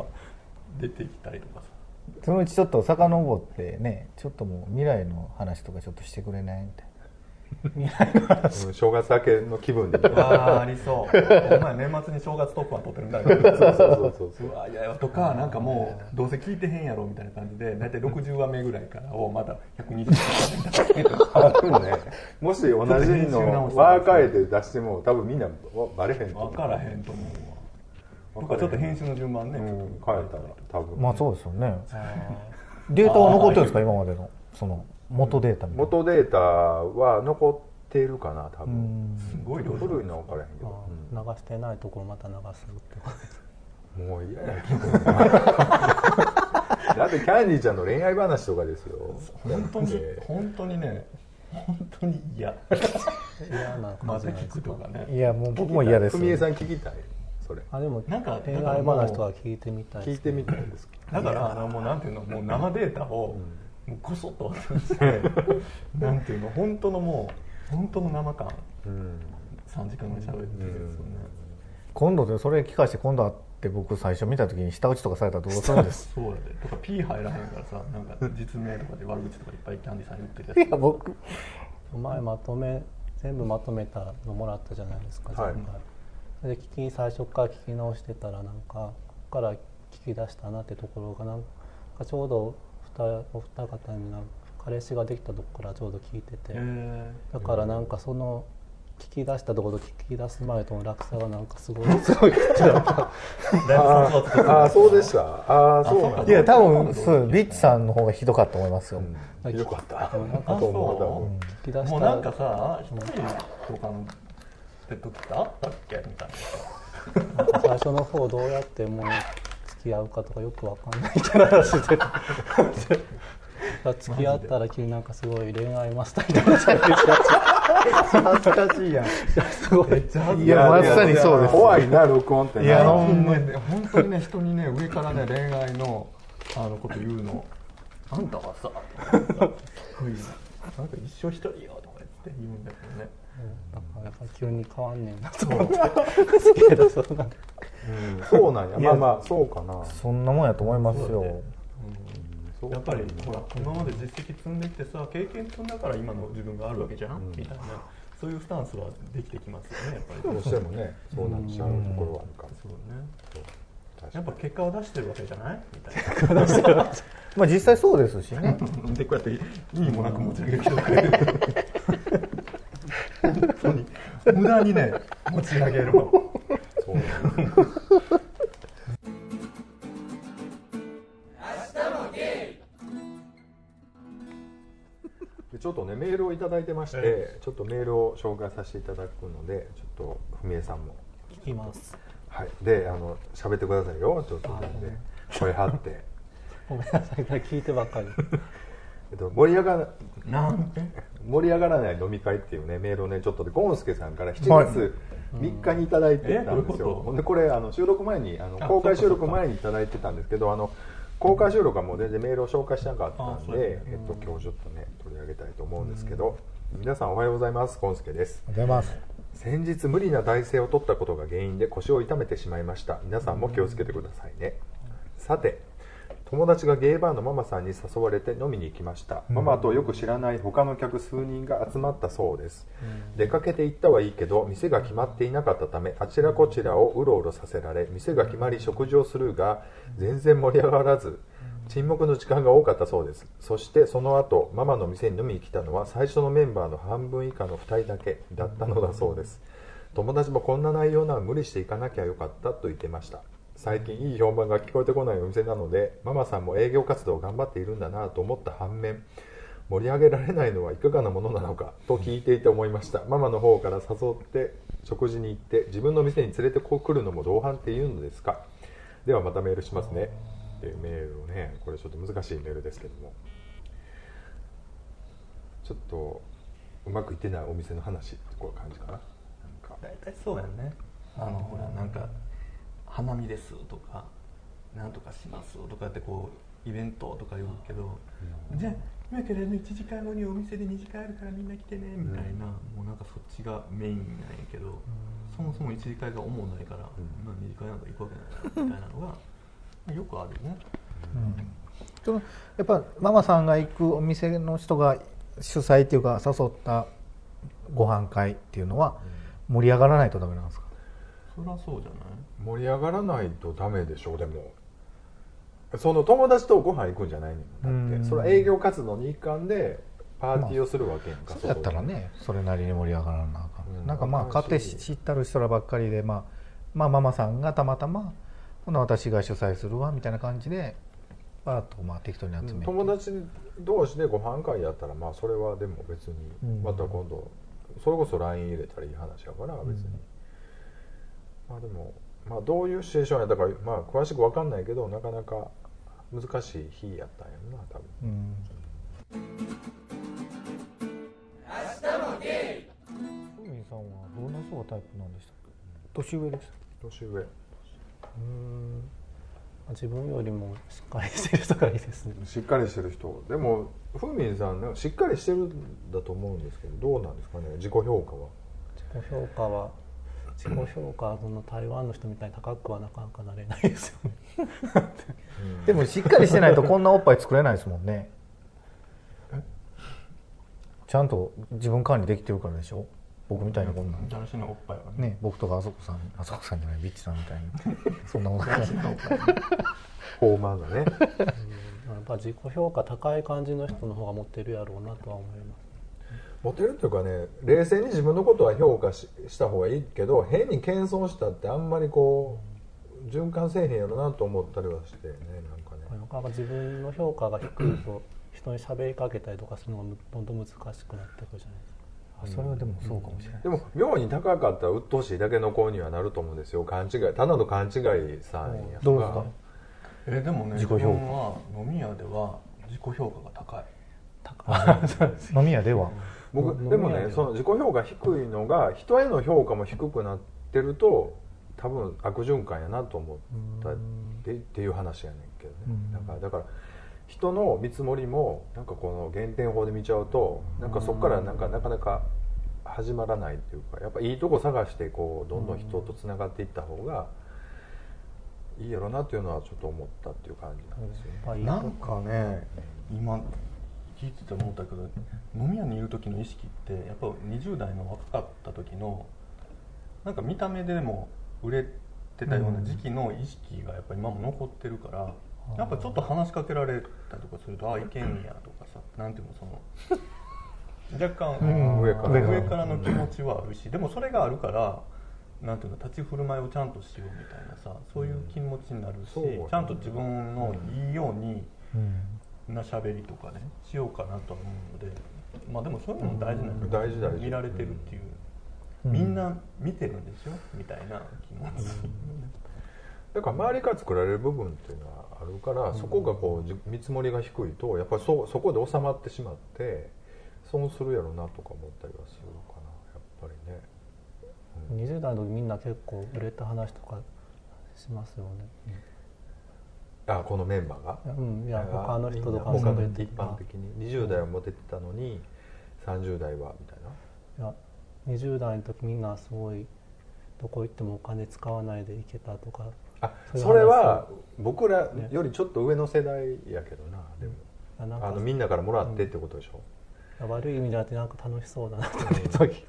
[SPEAKER 2] 出てきたりとかさ
[SPEAKER 1] そのうちちょっと遡ってねちょっともう未来の話とかちょっとしてくれないみたいな
[SPEAKER 3] うん正月明けの気分で <laughs>
[SPEAKER 2] ああありそうお前年末に正月特番撮ってるみたいな
[SPEAKER 3] そうそうそうそう
[SPEAKER 2] うわいやとかなんかもうどうせ聞いてへんやろみたいな感じで大体60話目ぐらいからをまだ120話目みたいな
[SPEAKER 3] あでもね、 <laughs> もし同じのワーカイで出しても多分みんなバレへんと思
[SPEAKER 2] 分
[SPEAKER 3] う
[SPEAKER 2] からへんと思うわとかちょっと編集の順番ね、
[SPEAKER 3] うん変えたら多分、
[SPEAKER 1] まあそうですよねデータは残ってるんですか今までのその元データみたいな
[SPEAKER 3] 元データは残ってるかな多
[SPEAKER 1] う
[SPEAKER 3] 分、
[SPEAKER 1] ん
[SPEAKER 2] すごい量
[SPEAKER 3] 古いのは分からへんけ
[SPEAKER 4] あ
[SPEAKER 3] ど、
[SPEAKER 4] ー流してないところまた流すってことです
[SPEAKER 3] もう嫌やけどな
[SPEAKER 1] <laughs>
[SPEAKER 3] だってキャンディーちゃんの恋愛話とかですよ
[SPEAKER 2] 本当に
[SPEAKER 3] え
[SPEAKER 2] 本当にね本当に嫌
[SPEAKER 4] 嫌な
[SPEAKER 2] ま
[SPEAKER 4] 感じ
[SPEAKER 2] た
[SPEAKER 4] な
[SPEAKER 2] 聞
[SPEAKER 4] んです
[SPEAKER 2] くと
[SPEAKER 4] か
[SPEAKER 2] かね
[SPEAKER 1] いやもう僕も嫌です
[SPEAKER 3] 文江さん聞きたいそれ
[SPEAKER 4] あでも
[SPEAKER 2] なんか
[SPEAKER 4] 恋愛話とか聞いてみたい
[SPEAKER 3] 聞
[SPEAKER 4] で
[SPEAKER 3] い
[SPEAKER 4] す
[SPEAKER 3] てみたいですか
[SPEAKER 2] だからあのもうなんていうのもう生データをもうこそっと渡してなんていうの本当のもう本当の生感
[SPEAKER 3] うん
[SPEAKER 2] 3時間ぐらい喋ってるんですよね、
[SPEAKER 1] 今度でそれ聞かして今度会って僕最初見た時に舌打ちとかされたらどうするんです
[SPEAKER 2] そうやでとか P 入らへんからさなんか実名とかで悪口とかいっぱいキャンディーさんに言ってるや
[SPEAKER 1] いや僕
[SPEAKER 4] 前まとめ全部まとめたのもらったじゃないですか
[SPEAKER 3] はい
[SPEAKER 4] 前回それで聞き最初から聞き直してたらなんかここから聞き出したなってところがなんかちょうど二人お二方になんか彼氏ができたとこからちょうど聞いてて、
[SPEAKER 2] つえ
[SPEAKER 4] だからなんかその聞き出したところと聞き出す前との落差がなんかすごい
[SPEAKER 3] すごい食っちゃった
[SPEAKER 2] だいぶ
[SPEAKER 3] あ
[SPEAKER 2] そ
[SPEAKER 3] ーあーそうでしたああそうなん
[SPEAKER 1] <laughs> い
[SPEAKER 3] だ
[SPEAKER 1] や多分そうビッチさんの方がひどかったと思いますよ、
[SPEAKER 3] うんよかった
[SPEAKER 4] なん
[SPEAKER 2] あ
[SPEAKER 4] か
[SPEAKER 3] と思う
[SPEAKER 2] そ
[SPEAKER 4] 聞き出
[SPEAKER 2] う
[SPEAKER 4] し
[SPEAKER 2] も
[SPEAKER 4] た
[SPEAKER 2] うなんかさ一人とかのペットキットあったっけみたいな
[SPEAKER 4] 最初の方どうやってもう付き合うかとかよくわかんないみたいな話で付き合ったら急になんかすごい恋愛マスターみたいな感じになっちゃ
[SPEAKER 2] 恥ずかしいやん
[SPEAKER 4] うすごい
[SPEAKER 1] いやまさにそうです
[SPEAKER 3] 怖いな録音ってない
[SPEAKER 1] やほんまに
[SPEAKER 2] ね、本当にね人にね上からね恋愛のあのこと言うのあんたは
[SPEAKER 3] <laughs>
[SPEAKER 2] さなんかなんか一生一人よとか言って言うんだけどね
[SPEAKER 4] なんかやっぱ急に変わんねんなと思ってすけどそうなんか
[SPEAKER 3] うんそうなんやまあまあそうかな
[SPEAKER 1] そんなもんやと思いますよ、
[SPEAKER 2] やっぱりほら今まで実績積んできてさ経験積んだから今の自分があるわけじゃん、みたいなそういうスタンスはできてきますよねやっぱり
[SPEAKER 3] どうしてもねそうなっちゃうところはあるか
[SPEAKER 2] そうねや
[SPEAKER 3] ら
[SPEAKER 2] っ
[SPEAKER 3] 確
[SPEAKER 2] ぱ
[SPEAKER 3] か
[SPEAKER 2] 結果を出してるわけじゃないみたい
[SPEAKER 1] まあ実際そうですしね
[SPEAKER 2] な <laughs> でこうやって意味もなく持ち上げて <laughs> きてくれる本当に無駄にね持ち上げるの <laughs>
[SPEAKER 3] にそうなんだでちょっとねメールをいただいてまして、
[SPEAKER 2] え
[SPEAKER 3] ちょっとメールを紹介させていただくのでちょっと文江さんも
[SPEAKER 4] 聞きます
[SPEAKER 3] はいであの喋ってくださいよちょっとなんで声張って、
[SPEAKER 4] ごめんなさい聞いてばっかり
[SPEAKER 3] えっと、盛り上がら
[SPEAKER 2] なんて
[SPEAKER 3] 盛り上がらない飲み会っていうねメールをねちょっとでゴンスケさんから7
[SPEAKER 1] はい
[SPEAKER 3] 月3日にいただいてたん
[SPEAKER 2] えどういう
[SPEAKER 3] です
[SPEAKER 2] こと
[SPEAKER 3] よ、ほんでこれあの収録前にあの
[SPEAKER 2] あ
[SPEAKER 3] 公開
[SPEAKER 2] そうかそ
[SPEAKER 3] 収
[SPEAKER 2] うか
[SPEAKER 3] 録前にいただいてたんですけどあの公開収録はもう全然メールを紹介しなかったん
[SPEAKER 2] あそうで
[SPEAKER 3] で、えっと、今日ちょっとね取り上げたいと思うんですけど、皆さんおはようございますゴンスケです
[SPEAKER 1] 出ます
[SPEAKER 3] 先日無理な体勢を取ったことが原因で腰を痛めてしまいました皆さんも気をつけてくださいね、さて友達がゲイバーのママさんに誘われて飲みに行きました、ママとよく知らない他の客数人が集まったそうです、出かけて行ったはいいけど店が決まっていなかったためあちらこちらをうろうろさせられ店が決まり食事をするが全然盛り上がらず沈黙の時間が多かったそうですそしてその後ママの店に飲みに来たのは最初のメンバーの半分以下の2人だけだったのだそうです友達もこんな内容なら無理していかなきゃよかったと言ってました最近いい評判が聞こえてこないお店なのでママさんも営業活動を頑張っているんだなと思った反面盛り上げられないのはいかがなものなのかと聞いていて思いましたママの方から誘って食事に行って自分の店に連れてこう来るのも同伴っていうのですかではまたメールしますねっていうメールをねこれちょっと難しいメールですけどもちょっとうまくいってないお店の話ってこういう感じかななんか
[SPEAKER 2] 大体そうやんねあのほらなんか「花見です」とか「なんとかします」とかってこうイベントとか言うけど、じゃあ今からの1時間後にお店で2時間あるからみんな来てねみたいな、もうなんかそっちがメインなんやけど、そもそも1次会が主ないから、
[SPEAKER 3] ん
[SPEAKER 2] まあ2次会なんか行くわけないなみたいなのがまあよくあるよね
[SPEAKER 1] そのやっぱママさんが行くお店の人が主催っていうか誘ったご飯会っていうのは盛り上がらないとダメなんですか
[SPEAKER 2] そりゃそうじゃない
[SPEAKER 3] 盛り上がらないとダメでしょでもその友達とご飯行くんじゃないのだ
[SPEAKER 1] う
[SPEAKER 3] っ
[SPEAKER 1] ん
[SPEAKER 3] てそれは営業活動の一環でパーティーをするわけやんか、
[SPEAKER 1] そうやったらねそれなりに盛り上がらなあかん、
[SPEAKER 3] うん
[SPEAKER 1] なんかまあ
[SPEAKER 3] わか
[SPEAKER 1] 勝
[SPEAKER 3] る
[SPEAKER 1] 手
[SPEAKER 3] し
[SPEAKER 1] 知ったる人らばっかりで、まあ、まあママさんがたまたまほな私が主催するわみたいな感じでパーッとまあ適当に集めて、
[SPEAKER 3] 友達同士でご飯会やったらまあそれはでも別に
[SPEAKER 1] うん
[SPEAKER 3] また今度それこそ LINE 入れたらいい話やから別に、まあでもまあどういうシチュエーションやったかまあ詳しくわかんないけどなかなか難しい日やったんやろな多分
[SPEAKER 1] うん、明日もゲイさんはどんな人がタイプなんでしたっけ年上です
[SPEAKER 3] 年上
[SPEAKER 4] うん自分よりもしっかりしてる人がいいですね
[SPEAKER 3] しっかりしてる人でもふみんさんねしっかりしてるんだと思うんですけどどうなんですかね自己評価は
[SPEAKER 4] 自己評価は自己評価はその台湾の人みたいに高くはなかなかなれないですよね
[SPEAKER 1] でもしっかりしてないとこんなおっぱい作れないですもんねちゃんと自分管理できてるからでしょ僕みたいなこんなん
[SPEAKER 2] 男子のおっぱいはね
[SPEAKER 1] ね僕とかあそこさんあそこさんじゃないビッチさんみたい
[SPEAKER 2] <laughs>
[SPEAKER 1] にそんなもん
[SPEAKER 3] フォーマーが
[SPEAKER 1] <laughs>
[SPEAKER 3] ね
[SPEAKER 4] やっぱ自己評価高い感じの人の方が持ってるやろうなとは思います
[SPEAKER 3] モテるというかね冷静に自分のことは評価しした方がいいけど変に謙遜したってあんまりこう循環せえへんやろなと思ったりはしてねなんかね
[SPEAKER 4] なかなか自分の評価が低いと人に喋りかけたりとかするのがむどんどん難しくなってくるじゃないですか。
[SPEAKER 1] あそれはでもそうかもしれない、
[SPEAKER 3] でも妙に高かったら鬱陶しいだけの子にはなると思うんですよ勘違いただの勘違いさんやから
[SPEAKER 1] どうですか
[SPEAKER 2] えーでもね
[SPEAKER 1] 自己評価
[SPEAKER 2] 自分は飲み屋では自己評価が高い
[SPEAKER 1] 飲み屋では
[SPEAKER 3] 僕でもねその自己評価低いのが人への評価も低くなってると多分悪循環やなと思ったってっていう話やねんけどね
[SPEAKER 1] うん
[SPEAKER 3] だからだから人の見積もりもなんかこの減点法で見ちゃうとなんかそこからなんかなかなか始まらないっていうかやっぱいいとこ探してこうどんどん人とつながっていった方がいいやろなっていうのはちょっと思ったっていう感じなんですよね
[SPEAKER 4] まあいいと
[SPEAKER 2] なんかね今聞いてて思ったけど飲み屋にいる時の意識ってやっぱ20代の若かった時のなんか見た目でも売れてたような時期の意識がやっぱ今も残ってるから、やっぱちょっと話しかけられたりとかすると「あいけんねや」とかさなんていうのその。若干、
[SPEAKER 1] うん
[SPEAKER 3] 上から
[SPEAKER 2] 上からの気持ちはあるし、でもそれがあるからなんていうの立ち振る舞いをちゃんとしようみたいなさそういう気持ちになるし、
[SPEAKER 3] そうね
[SPEAKER 2] ちゃんと自分のいいように
[SPEAKER 1] うん
[SPEAKER 2] な喋りとかねしようかなとは思うのでまあでもそういうのも大事なん
[SPEAKER 3] うん大事大事
[SPEAKER 2] 見られてるっていう、
[SPEAKER 1] うん
[SPEAKER 2] みんな見てるんですよみたいな気持ち、
[SPEAKER 3] だから周りから作られる部分っていうのはあるから、そこがこうじ見積もりが低いとやっぱりそそこで収まってしまって損するやろなとか思ったりはするかなやっぱりね
[SPEAKER 4] 20代の時みんな結構売れた話とかしますよね。
[SPEAKER 3] あこのメンバーが
[SPEAKER 4] うん、いや他の人とか
[SPEAKER 3] 他の
[SPEAKER 4] 喋っ
[SPEAKER 3] 人
[SPEAKER 4] て
[SPEAKER 3] 一般的に20代はモテてたのに30代はみたいない
[SPEAKER 4] や20代の時みんなすごいどこ行ってもお金使わないで行けたとか
[SPEAKER 3] あ
[SPEAKER 4] そういう話
[SPEAKER 3] それは僕らよりちょっと上の世代やけどなでも
[SPEAKER 4] いやなん
[SPEAKER 3] あ
[SPEAKER 4] か
[SPEAKER 3] のみんなからもらってってことでしょ、
[SPEAKER 4] 悪い意味じゃなくてなんか楽しそうだなと思って時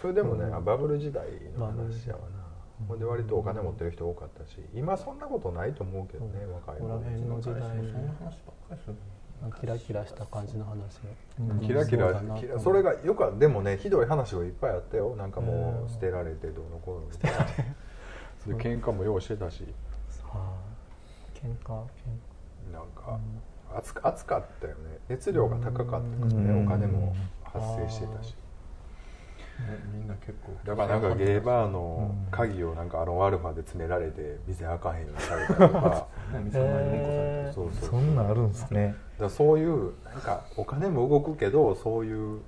[SPEAKER 3] それでもね、バブル時代の話やわな、ほんで割とお金持ってる人多かったし今そんなことないと思うけどね、若い
[SPEAKER 4] ここら
[SPEAKER 3] 子
[SPEAKER 4] 辺の時
[SPEAKER 2] そ
[SPEAKER 4] 代
[SPEAKER 2] んな話ばっかりする
[SPEAKER 4] キラキラした感じの話
[SPEAKER 3] キラキ
[SPEAKER 4] そう
[SPEAKER 3] ラ
[SPEAKER 4] だな
[SPEAKER 3] キラそれがよくはでもねひどい話がいっぱいあったよなんかもう捨てられてどうのこうのみたいなそういう喧嘩もようしてたし
[SPEAKER 4] はい喧嘩喧
[SPEAKER 3] なんか熱か熱かったよね熱量が高かったからね、
[SPEAKER 1] うん
[SPEAKER 3] お金も発生してたし
[SPEAKER 2] ねみんな結構
[SPEAKER 3] だからなんかゲーバーの鍵をなんかアロンアルファで詰められて店開かへんようにされたりとか
[SPEAKER 2] ね店前にうんこされて
[SPEAKER 3] <laughs>
[SPEAKER 4] え
[SPEAKER 3] そうそう
[SPEAKER 1] そんなんあるんですね
[SPEAKER 3] だからそういうなんかお金も動くけどそういう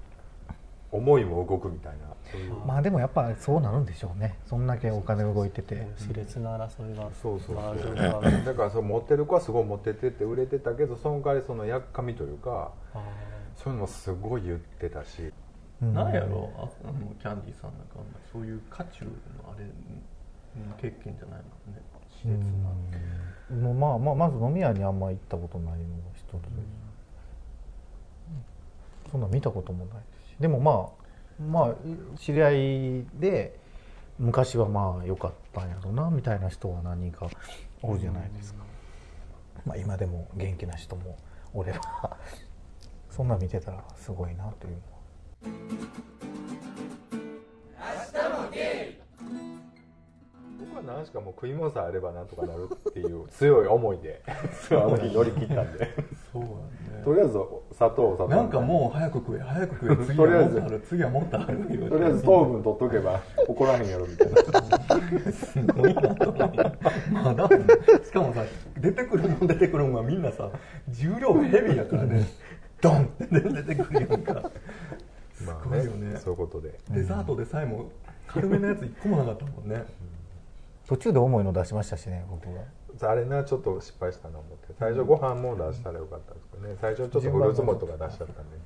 [SPEAKER 3] 思いも動くみたいなそういう
[SPEAKER 1] まあでもやっぱそうなるんでしょうねそんだけお金動いてて
[SPEAKER 4] ー熾烈な争いが
[SPEAKER 3] そうそう
[SPEAKER 4] あ
[SPEAKER 3] そう
[SPEAKER 4] るわ
[SPEAKER 3] <laughs> だからそう持ってる子はすごい持っててって売れてたけどその代わりそのやっかみというか
[SPEAKER 4] あ
[SPEAKER 3] そういうのもすごい言ってたし
[SPEAKER 1] うん
[SPEAKER 2] なんやろああのキャンディーさんなんかあんまりそういう渦中のあれうん経験じゃないのね
[SPEAKER 1] う
[SPEAKER 2] 熾烈な、
[SPEAKER 1] んもうまあまあまず飲み屋にあんま行ったことないのが一つです、そんなん見たこともないしでもまあまあ知り合いで昔はまあ良かったんやろうなみたいな人は何人かおるじゃないですか、まあ今でも元気な人もおればそんなん見てたらすごいなというのは
[SPEAKER 3] 僕は何しかもう食い物さえあればなんとかなるっていう強い思い <laughs> であの日乗り切ったんで
[SPEAKER 2] そうやね
[SPEAKER 3] <laughs> とりあえず砂糖砂糖
[SPEAKER 2] なんかもう早く食え早く食え次
[SPEAKER 3] <laughs> とりあ
[SPEAKER 2] は
[SPEAKER 3] え
[SPEAKER 2] もっ
[SPEAKER 3] ず
[SPEAKER 2] とある次はもっとある言うて
[SPEAKER 3] とりあえず糖分取っとけ <laughs> ば怒らへんやろみたいな
[SPEAKER 2] すごいなと思って <laughs> まだしかもさ出てくるもん出てくるもんはみんなさ重量ヘビーやからねドンって出てくるやんかす
[SPEAKER 3] まあ
[SPEAKER 2] ごいよね
[SPEAKER 3] そういうことで
[SPEAKER 2] デザートでさえも軽めのやつ一個もなかったもんね
[SPEAKER 1] 途中で重いの出しましたしね僕は
[SPEAKER 3] あれなちょっと失敗したな思って最初ご飯も出したらよかったんですけどね最初ちょっとフルーツもとか出しちゃったんでで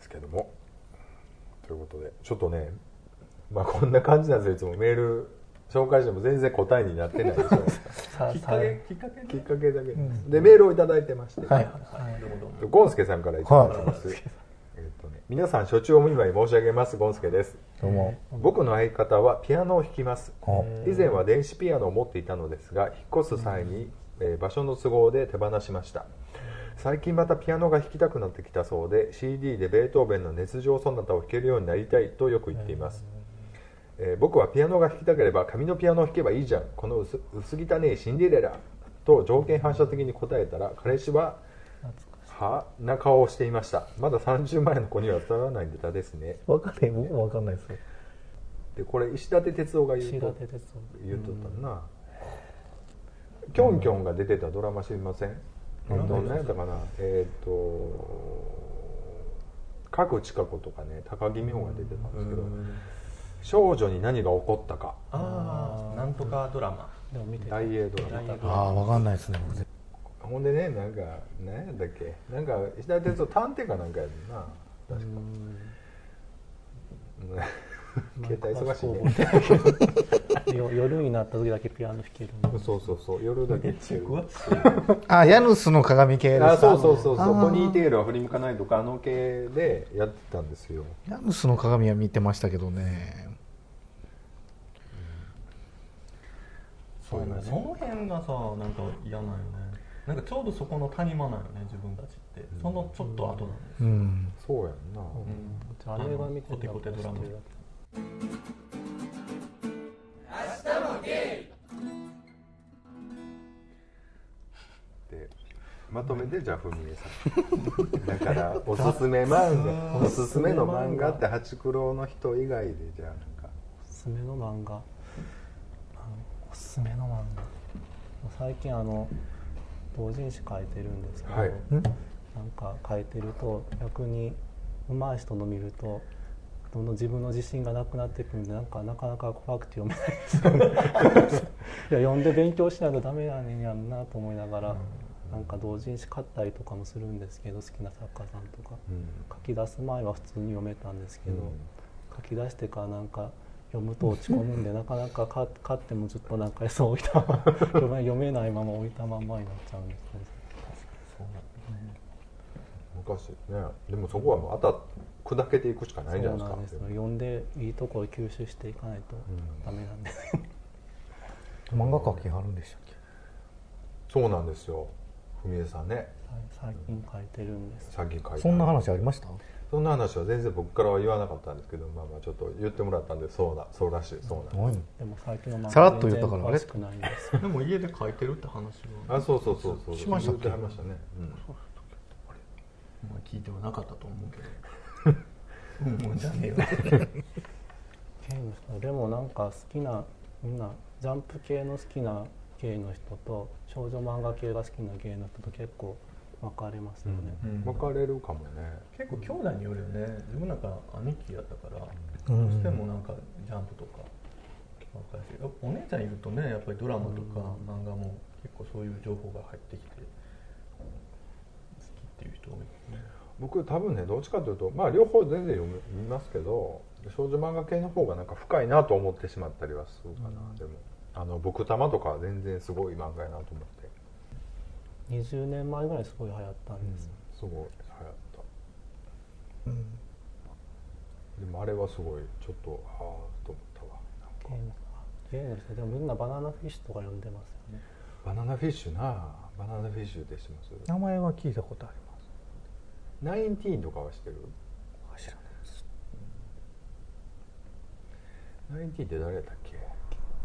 [SPEAKER 3] すけどもということでちょっとねまあこんな感じなんですよいつもメール紹介しても全然答えになってないでしょ
[SPEAKER 4] さ
[SPEAKER 2] きっ
[SPEAKER 4] さ
[SPEAKER 2] かけきっかけ
[SPEAKER 3] きっかけだけですでメールを頂いただいてまして、
[SPEAKER 1] はい
[SPEAKER 2] はいどうもどうも
[SPEAKER 3] ゴンスケさんからいただいてます、えっとね、皆さん所長お見舞い申し上げますゴンスケです
[SPEAKER 1] どうも
[SPEAKER 3] 僕の相方はピアノを弾きます
[SPEAKER 1] お
[SPEAKER 3] 以前は電子ピアノを持っていたのですが引っ越す際に、えー場所の都合で手放しました最近またピアノが弾きたくなってきたそうで CD でベートーベンの熱情ソナタを弾けるようになりたいとよく言っています、えー僕はピアノが弾きたければ紙のピアノを弾けばいいじゃんこの薄薄汚いシンデレラと条件反射的に答えたら彼氏ははな顔をしていましたまだ30前の子には伝わらないネタですね
[SPEAKER 1] 分かんない僕も分かんないですよ
[SPEAKER 3] でこれ石立哲夫が言
[SPEAKER 4] 石
[SPEAKER 3] うと
[SPEAKER 4] 立鉄
[SPEAKER 3] 言うとったな、キョンキョンが出てたドラマ知りません、
[SPEAKER 2] うん
[SPEAKER 3] 何やったかなえーっ、と各千佳子とかね高木美穂が出てたんですけど、少女に何が起こったか
[SPEAKER 2] ああなんとかドラマ
[SPEAKER 4] でも見て
[SPEAKER 3] 大英ドラ
[SPEAKER 2] 大英ド
[SPEAKER 3] マ
[SPEAKER 2] ラマ
[SPEAKER 1] ああ分かんないですね僕
[SPEAKER 3] ほんでねなんか何やったっけなんか石田哲夫探偵かなんかやる <laughs> な確か、うん携帯忙しいね
[SPEAKER 4] よ夜になった時だけピアノ弾けるの
[SPEAKER 3] <laughs> そうそうそう夜だけっていう
[SPEAKER 2] 詳しい
[SPEAKER 1] あヤヌスの鏡系です
[SPEAKER 3] あそうそうそう
[SPEAKER 1] あ
[SPEAKER 3] そう
[SPEAKER 1] ー
[SPEAKER 3] ポニーテールは振り向かないとかあの系でやってたんですよ
[SPEAKER 1] ヤヌスの鏡は見てましたけどね
[SPEAKER 2] そうねその辺がさなんか嫌なんよねなんかちょうどそこの谷間なんよね自分たちってそのちょっと後なんです
[SPEAKER 1] う
[SPEAKER 2] よ、
[SPEAKER 1] ん
[SPEAKER 3] そうやんな、
[SPEAKER 2] うん
[SPEAKER 4] じゃああれは見て
[SPEAKER 2] コテコテドラマ
[SPEAKER 3] でまとめてじゃあ文江さん <laughs> だからおすすめ漫画おすすめの漫画って八九郎の人以外でじゃあなんか
[SPEAKER 4] おすすめの漫画なんおすすめの漫画最近あの同人誌書いてるんですけど、
[SPEAKER 3] はい
[SPEAKER 1] ん
[SPEAKER 4] なんか書いてると逆に上手い人の見るとどんどん自分の自信がなくなっていくんでなんかなかなか怖くて読めないですよね
[SPEAKER 3] <laughs>
[SPEAKER 4] いや読んで勉強しないとダメなんやんなと思いながら、なんか同人誌買ったりとかもするんですけど好きな作家さんとか
[SPEAKER 3] うん
[SPEAKER 4] 書き出す前は普通に読めたんですけど、
[SPEAKER 3] うん
[SPEAKER 4] 書き出してからなんか読むと落ち込む
[SPEAKER 3] <laughs>
[SPEAKER 4] んでなかなかか買ってもずっとなんかそう置い <laughs> たまま読め読めないまま置いたまんまになっちゃうんですね。
[SPEAKER 3] 昔ねでもそこはもうあた砕けていくしかないじゃない
[SPEAKER 4] そうなんです
[SPEAKER 3] です
[SPEAKER 4] よ
[SPEAKER 3] か
[SPEAKER 4] 読んでいいところ吸収していかないとダメなんです、
[SPEAKER 1] 漫画描きあるんでしたっけ
[SPEAKER 3] そうなんですよ文江さんね
[SPEAKER 4] 最近書いてるんです
[SPEAKER 3] 先書いて
[SPEAKER 1] そんな話ありました
[SPEAKER 3] そんな話は全然僕からは言わなかったんですけどまあまあちょっと言ってもらったんでそうだそうらしいそうなんです
[SPEAKER 1] ないの
[SPEAKER 4] でも最近の漫画
[SPEAKER 1] さらっと言ったから
[SPEAKER 4] 全然詳しくないんですよ
[SPEAKER 2] でも家で書いてるって話は
[SPEAKER 3] あそうそうそうそう
[SPEAKER 1] しましたっ
[SPEAKER 3] 言っ
[SPEAKER 1] け
[SPEAKER 3] てはりましたね、うん
[SPEAKER 2] お前聞いてはなかったと思うけど <laughs> うんもうじゃねえよ
[SPEAKER 4] ゲームですかでもなんか好きなみんなジャンプ系の好きな芸の人と少女漫画系が好きな芸の人と結構分かれますよね、
[SPEAKER 2] うん
[SPEAKER 3] 分かれるかもね
[SPEAKER 2] 結構兄弟によるよね自分なんか兄貴やったから、
[SPEAKER 1] うん
[SPEAKER 2] どうしてもなんかジャンプとか若いしやっぱお姉ちゃんいるとねやっぱりドラマとか漫画も結構そういう情報が入ってきて好きっていう人多いね
[SPEAKER 3] 僕多分ねどっちかというとまあ両方全然読みますけど少女漫画系の方がなんか深いなと思ってしまったりはするかな、でもあの僕玉とかは全然すごい漫画やなと思って、
[SPEAKER 4] 20年前ぐらいにすごい流行ったんですよ、
[SPEAKER 3] すごい流行った、でもあれはすごいちょっとああと思ったわ
[SPEAKER 4] ゲームゲームですねでもみんなバナナフィッシュとか読んでますよね
[SPEAKER 3] バナナフィッシュなバナナフィッシュって知ってます
[SPEAKER 1] 名前は聞いたことありま
[SPEAKER 3] ナインティーンとかは知ってる
[SPEAKER 1] す知らないです
[SPEAKER 3] ナインティーンって誰だったっけ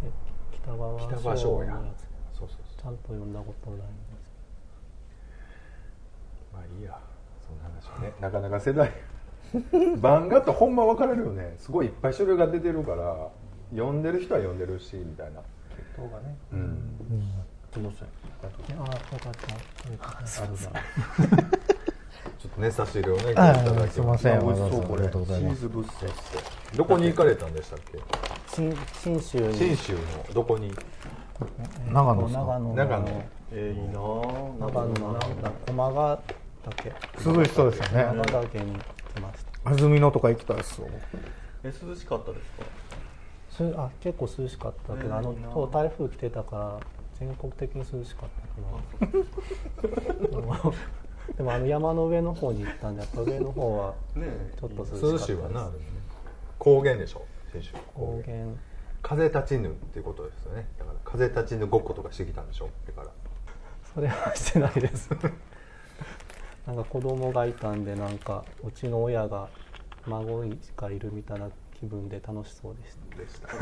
[SPEAKER 4] え北川
[SPEAKER 3] 北場翔
[SPEAKER 4] 翔
[SPEAKER 3] や
[SPEAKER 4] のやつ
[SPEAKER 3] そうそうそう
[SPEAKER 4] ちゃんと読んだことないんです
[SPEAKER 3] まあいいやそんな話はね <laughs> なかなか世代漫画ってほんま分かれるよねすごいいっぱい種類が出てるから読んでる人は読んでるしみたいな
[SPEAKER 2] 血統がね
[SPEAKER 3] うん
[SPEAKER 2] すいませんあと
[SPEAKER 4] けどああよかったあるな
[SPEAKER 3] ちょっとね差し入れをねい
[SPEAKER 1] あ
[SPEAKER 3] ただ
[SPEAKER 1] あ
[SPEAKER 3] き
[SPEAKER 1] すいま
[SPEAKER 3] ます
[SPEAKER 1] せん
[SPEAKER 2] 美味しそうこ
[SPEAKER 1] あ
[SPEAKER 2] れ
[SPEAKER 1] り
[SPEAKER 2] チ
[SPEAKER 1] がとうございま
[SPEAKER 2] ー
[SPEAKER 1] す
[SPEAKER 2] ズブッセ
[SPEAKER 3] どこに行かれたんでしたっけ
[SPEAKER 4] 信信州に
[SPEAKER 3] 信州のどこに
[SPEAKER 1] 長野ですか
[SPEAKER 4] 長野の
[SPEAKER 3] 長野
[SPEAKER 2] えー、いいなぁ
[SPEAKER 4] 長野のなんだ駒ヶ岳
[SPEAKER 1] 涼しそうですよ
[SPEAKER 4] 駒
[SPEAKER 1] ね
[SPEAKER 4] ヶ岳に来ました
[SPEAKER 1] 安曇野とか行きたいですよ
[SPEAKER 2] え涼しかったですか
[SPEAKER 4] すあ結構涼しかったけど、
[SPEAKER 2] ね
[SPEAKER 4] あ
[SPEAKER 2] いいな
[SPEAKER 4] の台風来てたから全国的に涼し
[SPEAKER 3] <laughs>
[SPEAKER 4] かったかなあのでもあの山の上の方に行ったんでやっぱ上の方は
[SPEAKER 2] ね
[SPEAKER 4] ちょっと
[SPEAKER 3] 涼
[SPEAKER 4] 涼
[SPEAKER 3] しい
[SPEAKER 4] し
[SPEAKER 3] わ
[SPEAKER 4] かっ
[SPEAKER 3] な
[SPEAKER 4] た
[SPEAKER 3] でも
[SPEAKER 4] です
[SPEAKER 3] ね高原でしょ信州
[SPEAKER 4] 高
[SPEAKER 3] 高原
[SPEAKER 4] 原
[SPEAKER 3] 風立ちぬっていうことですよねだから風立ちぬごっことかしてきたんでしょだから
[SPEAKER 4] それはしてないです <laughs> なんか子供がいたんでなんかうちの親が孫がいるみたいな気分で楽しそうでし
[SPEAKER 3] でした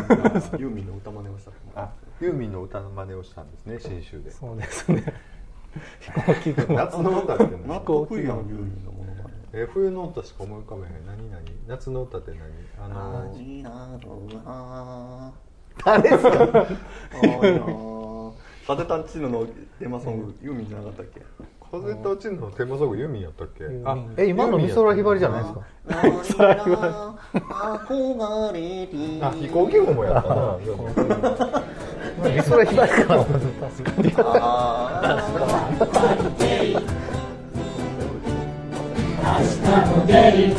[SPEAKER 2] ユーミンの歌真似をした
[SPEAKER 3] あユーミンの歌の真似をしたんですね新州で
[SPEAKER 4] たそうですね飛行機雲
[SPEAKER 3] 夏の歌って何
[SPEAKER 2] 納得いやんユーミンのものま
[SPEAKER 3] えー冬の歌しか思い浮かべへん何何夏の歌って何あのー
[SPEAKER 2] ね
[SPEAKER 1] 誰ですか
[SPEAKER 2] 風立ちぬのテーマソングユーミンじゃなかったっけ
[SPEAKER 3] 風と落ちるのテーマソングユーミンやったっけ
[SPEAKER 4] ユーミン
[SPEAKER 3] あ
[SPEAKER 1] え今の美空ひばりじゃないですか
[SPEAKER 2] 憧れて
[SPEAKER 3] あ飛行機雲やった <laughs> なユーミン
[SPEAKER 1] 美空ひばりかな
[SPEAKER 6] 「明日のデイ」